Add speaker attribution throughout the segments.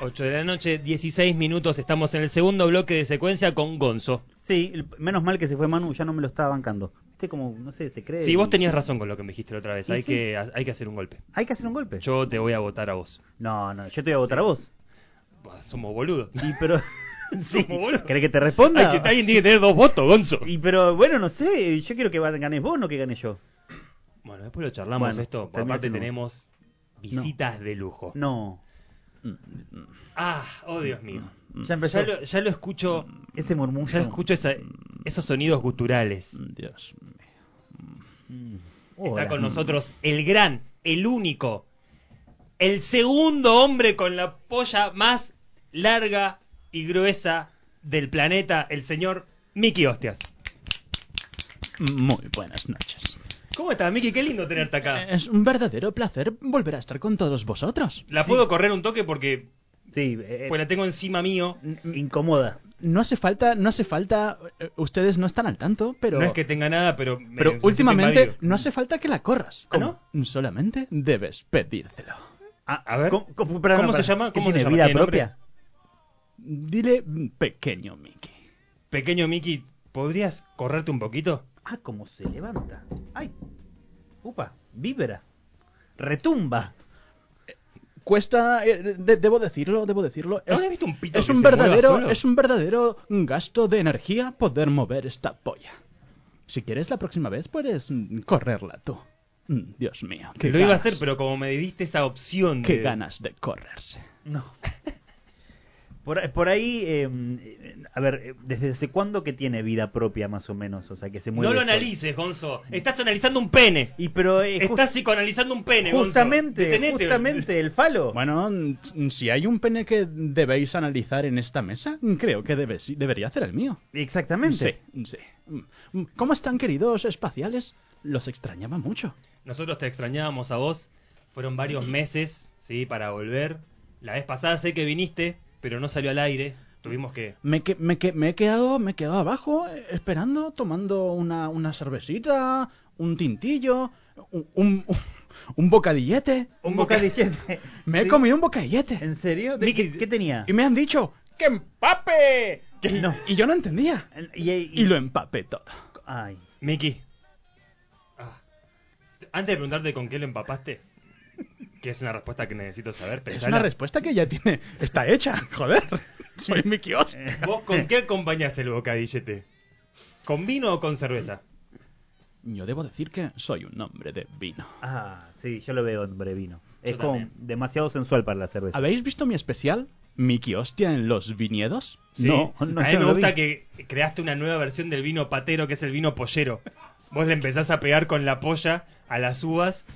Speaker 1: 8 de la noche, 16 minutos, estamos en el segundo bloque de secuencia con Gonzo.
Speaker 2: Sí, el- menos mal que se fue Manu, ya no me lo estaba bancando. Este como, no sé, se cree.
Speaker 1: Sí, vos tenías razón con lo que me dijiste la otra vez,
Speaker 2: Y
Speaker 1: hay,
Speaker 2: sí.
Speaker 1: que, hay que hacer un golpe.
Speaker 2: Hay que hacer un golpe.
Speaker 1: Yo te voy a votar a vos.
Speaker 2: No, no, yo te voy a votar
Speaker 1: Sí.
Speaker 2: a vos.
Speaker 1: Bah, Somos boludos.
Speaker 2: Y pero. sí.
Speaker 1: Somos boludos.
Speaker 2: ¿Querés que te responda?
Speaker 1: Hay que- alguien tiene que tener dos votos, Gonzo.
Speaker 2: Y pero bueno, no sé, yo quiero que ganes vos, no que gane yo.
Speaker 1: Bueno, después lo charlamos
Speaker 2: Bueno,
Speaker 1: esto,
Speaker 2: termina
Speaker 1: aparte
Speaker 2: siendo-
Speaker 1: tenemos visitas de lujo.
Speaker 2: No.
Speaker 1: Ah, oh Dios mío.
Speaker 2: Ya empezó.
Speaker 1: Ya lo, ya lo escucho,
Speaker 2: Ese murmullo.
Speaker 1: ya escucho esa- esos sonidos guturales.
Speaker 3: Dios mío.
Speaker 2: Mm. Hola.
Speaker 1: Está con nosotros el gran, el único, el segundo hombre con la polla más larga y gruesa del planeta, el señor Miki Hostias.
Speaker 3: Muy buenas noches.
Speaker 1: ¿Cómo estás, Miki? Qué lindo tenerte acá.
Speaker 3: Es un verdadero placer volver a estar con todos vosotros.
Speaker 1: La
Speaker 2: Sí.
Speaker 1: puedo correr un toque porque
Speaker 2: Sí, eh,
Speaker 1: pues, la tengo encima mío.
Speaker 2: eh, incomoda.
Speaker 3: No hace falta, no hace falta. eh, Ustedes no están al tanto, pero.
Speaker 1: No es que tenga nada, pero... me-
Speaker 3: Pero
Speaker 1: me siento
Speaker 3: últimamente
Speaker 1: invadido.
Speaker 3: no hace falta que la corras.
Speaker 1: ¿Ah,
Speaker 3: Solamente debes pedírselo.
Speaker 2: Ah,
Speaker 1: A ver.
Speaker 2: ¿cómo, cómo-
Speaker 1: ¿Cómo se
Speaker 2: para-
Speaker 1: llama?
Speaker 2: ¿que
Speaker 1: ¿Cómo se
Speaker 2: tiene
Speaker 1: llama?
Speaker 2: vida
Speaker 1: ¿Tiene nombre?
Speaker 2: propia?
Speaker 3: Dile mm, pequeño Mickey.
Speaker 1: Pequeño Miki, ¿podrías correrte un poquito?
Speaker 2: Ah, cómo se levanta. Ay. Upa, vibra. Retumba.
Speaker 3: Cuesta, eh, de- debo decirlo, debo decirlo.
Speaker 1: ¿No habré visto un pito
Speaker 3: es
Speaker 1: que
Speaker 3: un
Speaker 1: se mueva
Speaker 3: verdadero,
Speaker 1: solo?
Speaker 3: es un verdadero gasto de energía poder mover esta polla. Si quieres la próxima vez puedes mm, correrla tú. Mm, Dios mío, qué
Speaker 1: Lo
Speaker 3: ganas,
Speaker 1: iba a hacer, pero como me diste esa opción
Speaker 3: qué
Speaker 1: de...
Speaker 3: ganas de correrse.
Speaker 2: No. Por, a- por ahí, eh, eh, a ver, eh, ¿desde hace cuándo que tiene vida propia más o menos? O sea, que se mueve.
Speaker 1: No lo
Speaker 2: solo.
Speaker 1: analices, Gonzo. Estás analizando un pene.
Speaker 2: Y pero eh, just-
Speaker 1: Estás psicoanalizando un pene, Gonzo.
Speaker 2: justamente,
Speaker 1: Detenete.
Speaker 2: justamente el falo.
Speaker 3: Bueno, mm, si hay un pene que debéis analizar en esta mesa, creo que debes, debería ser el mío. Sí,
Speaker 2: Exactamente.
Speaker 3: sí. Mm, ¿Cómo están, queridos espaciales? Los extrañaba mucho.
Speaker 1: Nosotros te extrañábamos a vos. Fueron varios meses, ¿sí? Para volver. La vez pasada sé que viniste, pero no salió al aire. Tuvimos que...
Speaker 3: Me, que- me, que- me he quedado, me he quedado abajo, eh, esperando, tomando una, una cervecita, un tintillo, un, un, un bocadillete.
Speaker 2: Un
Speaker 1: boca-
Speaker 2: bocadillete.
Speaker 3: Me he
Speaker 2: Sí.
Speaker 3: comido un bocadillete.
Speaker 2: ¿En serio? ¿De-
Speaker 1: Miki-
Speaker 2: ¿Qué, qué tenía?
Speaker 3: Y me han dicho, ¡que empape!
Speaker 2: No.
Speaker 3: Y yo no entendía.
Speaker 2: Y, y-
Speaker 3: Y lo em- empapé todo.
Speaker 2: Ay.
Speaker 1: Miki. Ah. Antes de preguntarte con qué lo empapaste, que es una respuesta que necesito saber,
Speaker 3: Es
Speaker 1: pensala.
Speaker 3: una respuesta que ya tiene, está hecha, joder. Soy mi kiosco.
Speaker 1: ¿Vos con qué acompañás el bocadillete? ¿Con vino o con cerveza?
Speaker 3: Yo debo decir que soy un hombre de vino.
Speaker 2: Ah, sí, yo lo veo en brevino.
Speaker 1: Yo
Speaker 2: Es como
Speaker 1: también.
Speaker 2: demasiado sensual para la cerveza.
Speaker 3: ¿Habéis visto mi especial? Miki Hostia en los viñedos.
Speaker 1: Sí.
Speaker 2: No, no,
Speaker 1: a mí
Speaker 2: yo
Speaker 1: me
Speaker 2: no lo
Speaker 1: gusta
Speaker 2: vi.
Speaker 1: que creaste una nueva versión del vino patero, que es el vino pollero. Vos le empezás a pegar con la polla a las uvas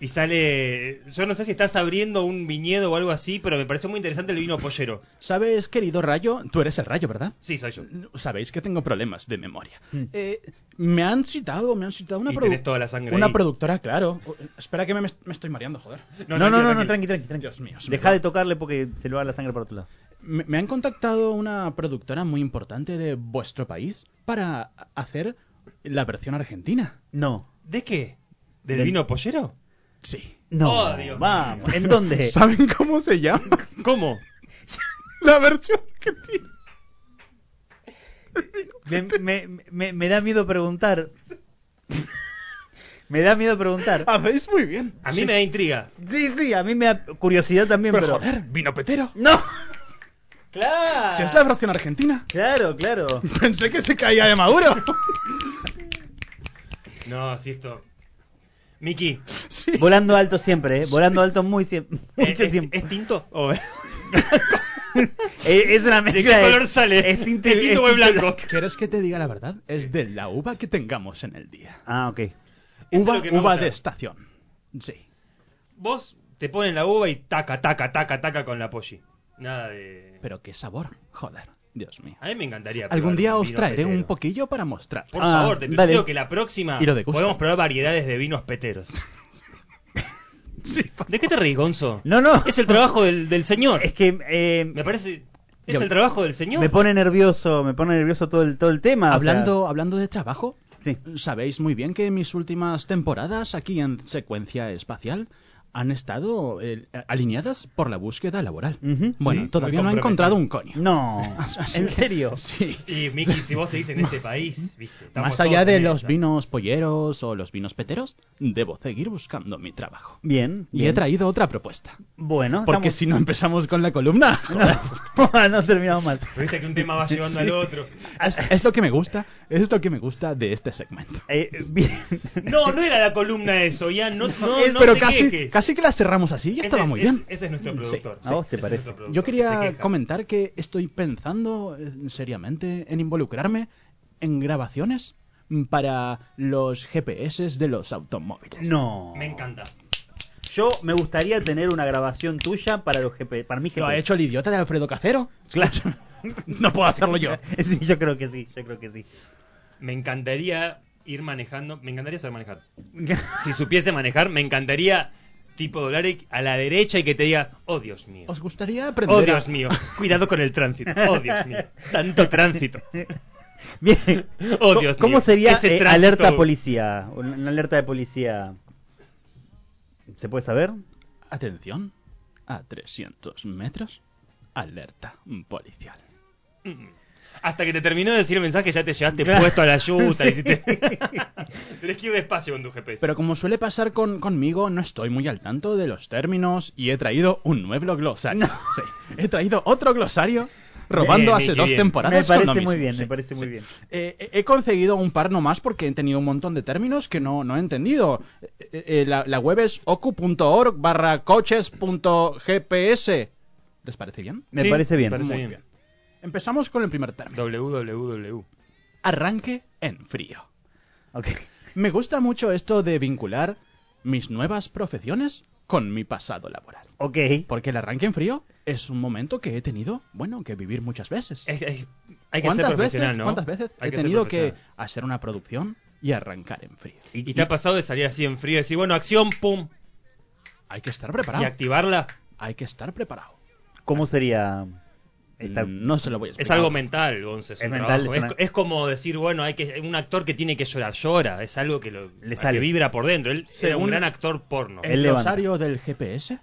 Speaker 1: y sale... Yo no sé si estás abriendo un viñedo o algo así, pero me pareció muy interesante el vino pollero.
Speaker 3: ¿Sabes, querido Rayo? Tú eres el Rayo, ¿verdad?
Speaker 1: Sí, soy yo.
Speaker 3: Sabéis que tengo problemas de memoria.
Speaker 2: Mm.
Speaker 3: Eh, me han citado, me han citado una,
Speaker 1: Hmm. Y
Speaker 3: produ-
Speaker 1: tenés toda la sangre
Speaker 3: una
Speaker 1: ahí.
Speaker 3: productora, claro. O- Espera que me, me estoy mareando, joder.
Speaker 2: No, no, no, no, tranqui, tranqui, tranqui.
Speaker 3: Dios mío, Oh, se me
Speaker 2: Deja
Speaker 3: va.
Speaker 2: de tocarle porque se le va la sangre para otro lado.
Speaker 3: Me, me han contactado una productora muy importante de vuestro país para hacer la versión argentina.
Speaker 2: No.
Speaker 1: ¿De qué? ¿Del
Speaker 2: Del-
Speaker 1: vino pollero?
Speaker 3: Sí.
Speaker 2: No.
Speaker 1: Oh, Dios
Speaker 2: Vamos.
Speaker 1: mío.
Speaker 2: ¿En dónde?
Speaker 3: ¿Saben cómo se llama
Speaker 1: ¿Cómo?
Speaker 3: la versión argentina?
Speaker 2: me, me- me- me da miedo preguntar. me da miedo preguntar.
Speaker 3: Hacéis muy bien.
Speaker 1: A mí me da intriga.
Speaker 2: Sí, sí, a mí me da curiosidad también,
Speaker 3: Pero,
Speaker 2: pero.
Speaker 3: joder, vino petero.
Speaker 2: ¡No! ¡Claro!
Speaker 3: Si es la versión argentina.
Speaker 2: Claro, claro.
Speaker 3: Pensé que se caía de Maduro.
Speaker 1: No, si esto... Miki,
Speaker 3: Sí.
Speaker 2: Volando alto siempre, ¿eh? Volando alto muy siempre.
Speaker 1: ¿es,
Speaker 3: Eh,
Speaker 2: Mucho
Speaker 1: es-
Speaker 2: tiempo.
Speaker 1: es tinto? o-
Speaker 2: Eh, es una
Speaker 1: ¿De
Speaker 2: mezcla.
Speaker 1: qué color sale?
Speaker 2: Es tinto,
Speaker 1: ¿Es tinto o es blanco?
Speaker 3: ¿Quieres que te diga la verdad? Es de la uva que tengamos en el día.
Speaker 2: Ah, ok.
Speaker 1: Eso es
Speaker 3: Uva,
Speaker 1: lo que me
Speaker 3: uva
Speaker 1: gusta.
Speaker 3: de estación. Sí.
Speaker 1: Vos te ponen la uva y taca, taca, taca, taca con la polli. Nada de...
Speaker 3: Pero qué sabor. Joder. Dios mío.
Speaker 1: A mí me encantaría.
Speaker 3: Algún
Speaker 1: probar
Speaker 3: día
Speaker 1: un
Speaker 3: os
Speaker 1: vino
Speaker 3: traeré un
Speaker 1: petero.
Speaker 3: poquillo para mostrar.
Speaker 1: Por
Speaker 2: Ah,
Speaker 1: favor, te pido
Speaker 2: dale.
Speaker 1: que la próxima
Speaker 3: Y lo degustan.
Speaker 1: podemos probar variedades de vinos peteros.
Speaker 3: Sí, por-
Speaker 1: ¿De qué te reís, Gonzo?
Speaker 2: No, no.
Speaker 1: Es el trabajo del, del señor.
Speaker 2: Es que. eh,
Speaker 1: Me parece. Es
Speaker 2: Yo-
Speaker 1: el trabajo del señor.
Speaker 2: me pone nervioso, me pone nervioso todo el, todo el tema. o
Speaker 3: Hablando, hablando de trabajo,
Speaker 2: sea, sí.
Speaker 3: sabéis muy bien que mis últimas temporadas aquí en Secuencia Espacial han estado eh, alineadas por la búsqueda laboral.
Speaker 2: Ujú,
Speaker 3: Bueno,
Speaker 1: sí,
Speaker 3: todavía
Speaker 1: muy
Speaker 3: no ha encontrado un
Speaker 1: comprometido.
Speaker 3: coño.
Speaker 2: No,
Speaker 3: Así
Speaker 2: en
Speaker 3: que-
Speaker 2: serio.
Speaker 3: Sí.
Speaker 1: Y Miki, si vos seguís en este país, viste, estamos
Speaker 3: Más allá
Speaker 1: todos
Speaker 3: de
Speaker 1: en
Speaker 3: los
Speaker 1: esa.
Speaker 3: vinos polleros o los vinos peteros, debo seguir buscando mi trabajo.
Speaker 2: Bien,
Speaker 3: Y
Speaker 2: bien.
Speaker 3: he traído otra propuesta.
Speaker 2: Bueno,
Speaker 3: Porque
Speaker 2: estamos-
Speaker 3: si no empezamos con la columna, joder,
Speaker 2: no, no terminamos mal.
Speaker 1: Pero viste que un tema va llevando al otro.
Speaker 3: es, es lo que me gusta, es lo que me gusta de este segmento.
Speaker 2: Eh, bien.
Speaker 1: No, no era la columna eso, ya no, no, no
Speaker 3: Pero
Speaker 1: te
Speaker 3: casi,
Speaker 1: quejes.
Speaker 3: casi que la cerramos así y
Speaker 1: Ese-
Speaker 3: estaba muy
Speaker 1: ese-
Speaker 3: bien.
Speaker 1: Ese es nuestro
Speaker 3: Sí,
Speaker 1: productor.
Speaker 2: sí. ¿A vos
Speaker 1: Ese
Speaker 2: te
Speaker 1: es
Speaker 2: parece?
Speaker 1: nuestro productor,
Speaker 3: Yo
Speaker 1: se
Speaker 3: quería
Speaker 1: queja.
Speaker 3: comentar que estoy pensando eh, seriamente en involucrarme en grabaciones para los GPS de los automóviles.
Speaker 2: No.
Speaker 1: Me encanta.
Speaker 2: Yo me gustaría tener una grabación tuya para los GP, para mi
Speaker 3: ¿Lo ha
Speaker 2: GPS.
Speaker 3: hecho el idiota de Alfredo Cacero?
Speaker 2: Claro.
Speaker 3: No puedo hacerlo yo.
Speaker 2: Sí, yo creo que sí, yo creo que sí.
Speaker 1: Me encantaría ir manejando. Me encantaría saber manejar. Si supiese manejar, me encantaría tipo doblar y- a la derecha y que te diga, oh Dios mío.
Speaker 3: ¿Os gustaría aprender?
Speaker 1: Oh
Speaker 3: a-
Speaker 1: Dios mío. Cuidado con el tránsito. Oh Dios mío. Tanto tránsito.
Speaker 2: Bien.
Speaker 1: Oh
Speaker 2: ¿Cómo-
Speaker 1: Dios mío.
Speaker 2: ¿Cómo sería
Speaker 1: Ese
Speaker 2: eh,
Speaker 1: tránsito-
Speaker 2: alerta policía? Una una alerta de policía. ¿Se puede saber?
Speaker 3: Atención, a 300 metros, alerta policial.
Speaker 1: Hasta que te terminó de decir el mensaje, ya te llevaste
Speaker 2: Claro.
Speaker 1: puesto a la yuta. hiciste- Tenés que ir despacio con tu GPS.
Speaker 3: Pero como suele pasar con, conmigo, no estoy muy al tanto de los términos y he traído un nuevo glosario. Sí, he traído otro glosario
Speaker 1: Bien,
Speaker 3: robando hace
Speaker 1: Miki,
Speaker 3: dos
Speaker 1: bien.
Speaker 3: temporadas.
Speaker 2: me
Speaker 3: con lo
Speaker 2: parece muy
Speaker 3: mismo,
Speaker 2: bien,
Speaker 3: sí.
Speaker 2: me parece muy bien.
Speaker 3: Eh, eh, he conseguido un par nomás porque he tenido un montón de términos que no, no he entendido. Eh, eh, la, la web es ocu.org barra coches.gps. ¿Les parece bien?
Speaker 2: Me
Speaker 1: Sí,
Speaker 2: parece bien.
Speaker 1: me parece
Speaker 3: Muy
Speaker 1: bien.
Speaker 3: bien. Empezamos con el primer término.
Speaker 1: www.
Speaker 3: Arranque en frío.
Speaker 2: Ok.
Speaker 3: Me gusta mucho esto de vincular mis nuevas profesiones con mi pasado laboral.
Speaker 2: Ok.
Speaker 3: Porque el arranque en frío es un momento que he tenido, bueno, que vivir muchas veces.
Speaker 1: Es- es- hay que ser
Speaker 3: ¿Cuántas
Speaker 1: profesional,
Speaker 3: veces,
Speaker 1: ¿no?
Speaker 3: ¿Cuántas veces
Speaker 1: Hay
Speaker 3: he
Speaker 1: que ser
Speaker 3: tenido que
Speaker 1: profesional.
Speaker 3: hacer una producción y arrancar en frío?
Speaker 1: ¿Y te ha pasado de salir así en frío y decir, bueno, acción, pum,
Speaker 3: Hay que estar
Speaker 1: y
Speaker 3: preparado.
Speaker 1: activarla?
Speaker 3: Hay que estar preparado.
Speaker 2: ¿Cómo sería esta-
Speaker 3: Mm, No se lo voy a explicar.
Speaker 1: Es algo mental, Gonce, es,
Speaker 2: Es
Speaker 1: un
Speaker 2: mental,
Speaker 1: trabajo.
Speaker 2: es
Speaker 1: Es,
Speaker 2: una-
Speaker 1: es como decir, bueno, hay que un actor que tiene que llorar, llora. Es algo que lo
Speaker 2: Le sale.
Speaker 1: que vibra por dentro. Él era
Speaker 3: Según-
Speaker 1: un gran actor porno.
Speaker 2: Él
Speaker 3: El
Speaker 2: levanta.
Speaker 3: glosario del GPS.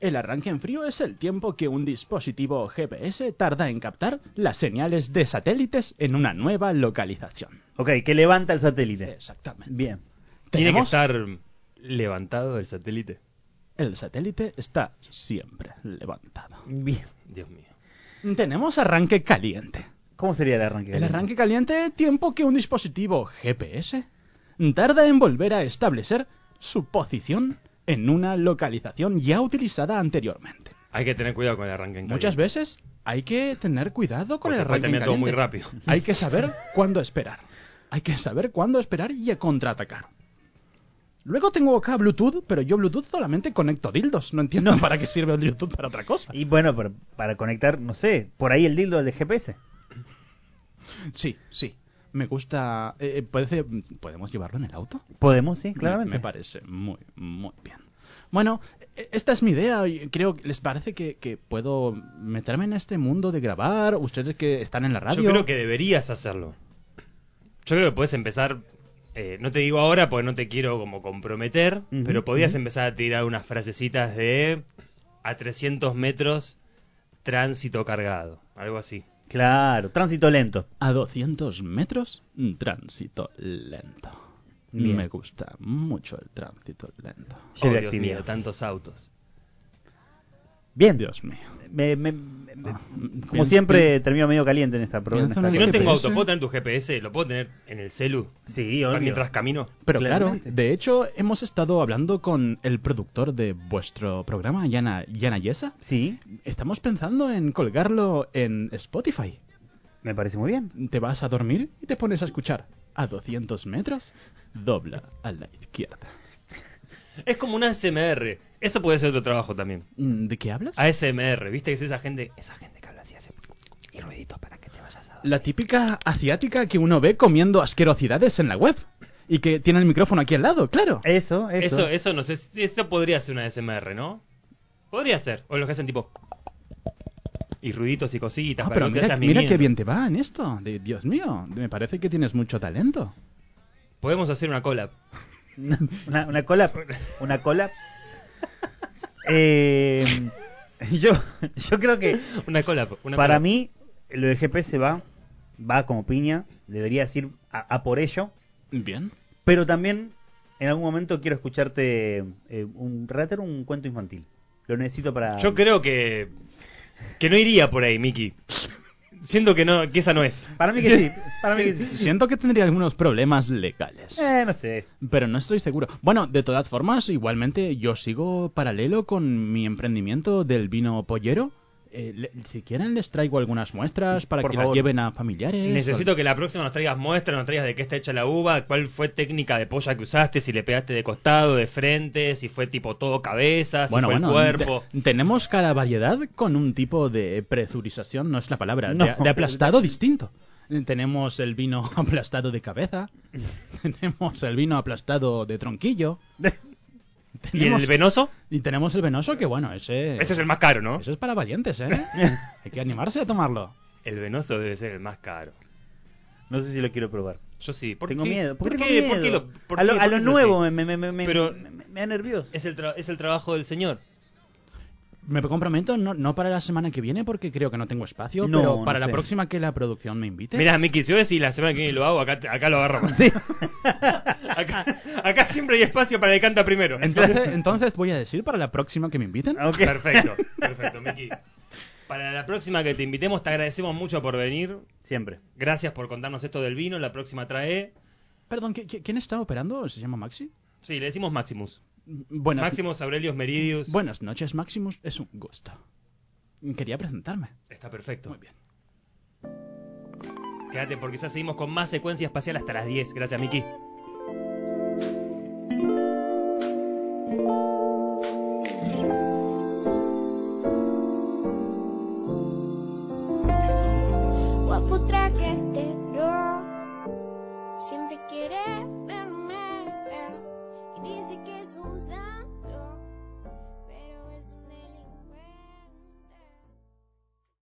Speaker 3: El arranque en frío es el tiempo que un dispositivo GPS tarda en captar las señales de satélites en una nueva localización.
Speaker 2: Ok, que levanta el satélite.
Speaker 3: Exactamente.
Speaker 2: Bien.
Speaker 1: tiene que
Speaker 3: tenemos-
Speaker 1: estar levantado el satélite.
Speaker 3: El satélite está siempre levantado.
Speaker 2: Bien.
Speaker 1: Dios mío.
Speaker 3: Tenemos arranque caliente.
Speaker 2: ¿Cómo sería el arranque?
Speaker 3: El arranque caliente tiempo que un dispositivo GPS tarda en volver a establecer su posición en una localización ya utilizada anteriormente.
Speaker 1: Hay que tener cuidado con el arranque en
Speaker 3: Muchas
Speaker 1: caliente.
Speaker 3: veces hay que tener cuidado con
Speaker 1: Pues
Speaker 3: el
Speaker 1: se puede
Speaker 3: arranque en
Speaker 1: terminar todo muy
Speaker 3: caliente.
Speaker 1: rápido.
Speaker 3: Hay que saber cuándo esperar. Hay que saber cuándo esperar y contraatacar. Luego tengo acá Bluetooth, pero yo Bluetooth solamente conecto dildos. No entiendo para qué sirve el Bluetooth para otra cosa.
Speaker 2: Y bueno, pero para conectar, no sé, por ahí el dildo del GPS.
Speaker 3: Sí, sí. Me gusta. eh, eh, parece- ¿Podemos llevarlo en el auto?
Speaker 2: Podemos, sí, claramente.
Speaker 3: Me, me parece muy, muy bien. Bueno, e- esta es mi idea. y Creo que les parece que, que puedo meterme en este mundo de grabar. Ustedes que están en la radio.
Speaker 1: Yo creo que deberías hacerlo. Yo creo que puedes empezar. eh, no te digo ahora porque no te quiero como comprometer,
Speaker 2: Ujú,
Speaker 1: pero podías
Speaker 2: ujú.
Speaker 1: empezar a tirar unas frasecitas de a 300 metros tránsito cargado, algo así.
Speaker 2: Claro, tránsito lento.
Speaker 3: A 200 metros, un tránsito lento.
Speaker 2: Bien.
Speaker 3: Me gusta mucho el tránsito lento.
Speaker 1: Oh,
Speaker 2: Lleve
Speaker 1: Dios
Speaker 2: actividad.
Speaker 1: mío, tantos autos.
Speaker 2: Bien.
Speaker 3: Dios mío.
Speaker 2: Me- me- me- me-
Speaker 3: Ah,
Speaker 2: como
Speaker 3: pienso-
Speaker 2: siempre, termino medio caliente en esta
Speaker 3: pienso
Speaker 2: pregunta.
Speaker 3: en
Speaker 1: Si
Speaker 3: el
Speaker 1: no tengo
Speaker 3: GPS.
Speaker 1: auto, ¿puedo tener tu GPS? ¿Lo puedo tener en el celu?
Speaker 2: Sí,
Speaker 1: Para
Speaker 2: obvio.
Speaker 1: Mientras camino.
Speaker 3: Pero claro,
Speaker 2: Claramente.
Speaker 3: de hecho, hemos estado hablando con el productor de vuestro programa, Yana, Yana Yesa.
Speaker 2: Sí,
Speaker 3: Estamos pensando en colgarlo en Spotify.
Speaker 2: me parece muy bien.
Speaker 3: Te vas a dormir y te pones a escuchar. A 200 metros, dobla a la izquierda.
Speaker 1: Es como una ASMR. Eso puede ser otro trabajo también.
Speaker 3: Mm, ¿De qué hablas?
Speaker 1: ASMR, ¿viste? Que es esa gente, esa gente que habla así, hace y ruidito para que te vayas a dormir.
Speaker 3: La típica asiática que uno ve comiendo asquerosidades en la web. Y que tiene el micrófono aquí al lado, claro.
Speaker 2: Eso, eso.
Speaker 1: Eso, eso no sé, si- eso podría ser una ASMR, ¿no? Podría ser. O los que hacen tipo... Y ruiditos y cositas
Speaker 3: Ah,
Speaker 1: para
Speaker 3: pero
Speaker 1: que no te
Speaker 3: mira,
Speaker 1: vayas
Speaker 3: mira
Speaker 1: mimiendo.
Speaker 3: qué bien te va en esto. De- Dios mío, me parece que tienes mucho talento.
Speaker 1: Podemos hacer una collab.
Speaker 2: Una, una cola. Una cola. Eh, yo, yo creo que
Speaker 1: Una cola. Una
Speaker 2: para
Speaker 1: cola.
Speaker 2: mí lo del GP se va, va como piña, debería ir a, a por ello,
Speaker 3: Bien.
Speaker 2: pero también en algún momento quiero escucharte eh, un relatar un cuento infantil. Lo necesito para...
Speaker 1: Yo creo que. Que no iría por ahí, Miki. Siento que, no, que esa no es.
Speaker 2: Para mí que sí, para mí que sí.
Speaker 3: Siento que tendría algunos problemas legales.
Speaker 2: Eh, no sé.
Speaker 3: Pero no estoy seguro. Bueno, de todas formas, igualmente yo sigo paralelo con mi emprendimiento del vino pollero. Eh, le- si quieren les traigo algunas muestras para
Speaker 2: Por
Speaker 3: que las
Speaker 2: favor.
Speaker 3: lleven a familiares. o-
Speaker 1: Necesito que la próxima nos traigas muestras, nos traigas de qué está hecha la uva, cuál fue técnica de polla que usaste, si le pegaste de costado, de frente, si fue tipo todo cabeza, si
Speaker 3: Bueno,
Speaker 1: fue
Speaker 3: bueno,
Speaker 1: el cuerpo.
Speaker 3: te- tenemos cada variedad con un tipo de presurización, no es la palabra,
Speaker 2: No.
Speaker 3: de, de aplastado distinto. Tenemos el vino aplastado de cabeza, tenemos el vino aplastado de tronquillo,
Speaker 1: ¿Y
Speaker 3: tenemos,
Speaker 1: el venoso?
Speaker 3: y tenemos el venoso que bueno, ese,
Speaker 1: Ese es el más caro, ¿no?
Speaker 3: eso es para valientes, ¿eh? Hay que animarse a tomarlo.
Speaker 1: El venoso debe ser el más caro.
Speaker 2: No sé si lo quiero probar.
Speaker 1: Yo sí. ¿Por
Speaker 2: Tengo
Speaker 1: qué?
Speaker 2: miedo.
Speaker 1: ¿Por,
Speaker 2: ¿Por,
Speaker 1: qué?
Speaker 2: qué? tengo
Speaker 1: ¿Por qué
Speaker 2: miedo?
Speaker 1: lo, por
Speaker 2: a
Speaker 1: qué-
Speaker 2: lo,
Speaker 1: por
Speaker 2: a
Speaker 1: qué
Speaker 2: lo
Speaker 1: es
Speaker 2: nuevo
Speaker 1: así?
Speaker 2: me, me, me, me-
Speaker 1: Pero-
Speaker 2: me- me- me da nervioso.
Speaker 1: Es el, tra- es el trabajo del señor.
Speaker 3: Me comprometo no, no para la semana que viene porque creo que no tengo espacio,
Speaker 2: No,
Speaker 3: pero
Speaker 2: no
Speaker 3: para la
Speaker 2: sé.
Speaker 3: próxima que la producción me invite.
Speaker 1: Mirá, Miki, si vos decís la semana que viene lo hago, acá, te- acá lo agarramos. acá, acá siempre hay espacio para el que canta primero.
Speaker 3: entonces, entonces voy a decir para la próxima que me inviten.
Speaker 2: Ok.
Speaker 1: Perfecto, perfecto, Miki. Para la próxima que te invitemos, te agradecemos mucho por venir.
Speaker 2: Siempre.
Speaker 1: Gracias por contarnos esto del vino. La próxima trae.
Speaker 3: Perdón, ¿qui- qui- ¿quién está operando? ¿Se llama Maxi?
Speaker 1: Sí, le decimos Maximus.
Speaker 3: Buenas,
Speaker 1: Maximus Aurelius Meridius.
Speaker 3: buenas noches, Maximus. Es un gusto. Quería presentarme.
Speaker 1: Está perfecto.
Speaker 3: Muy bien.
Speaker 1: Quédate porque ya seguimos con más secuencia espacial hasta las 10. Gracias, Miki.
Speaker 4: Guapo traquetero, siempre quiere eh.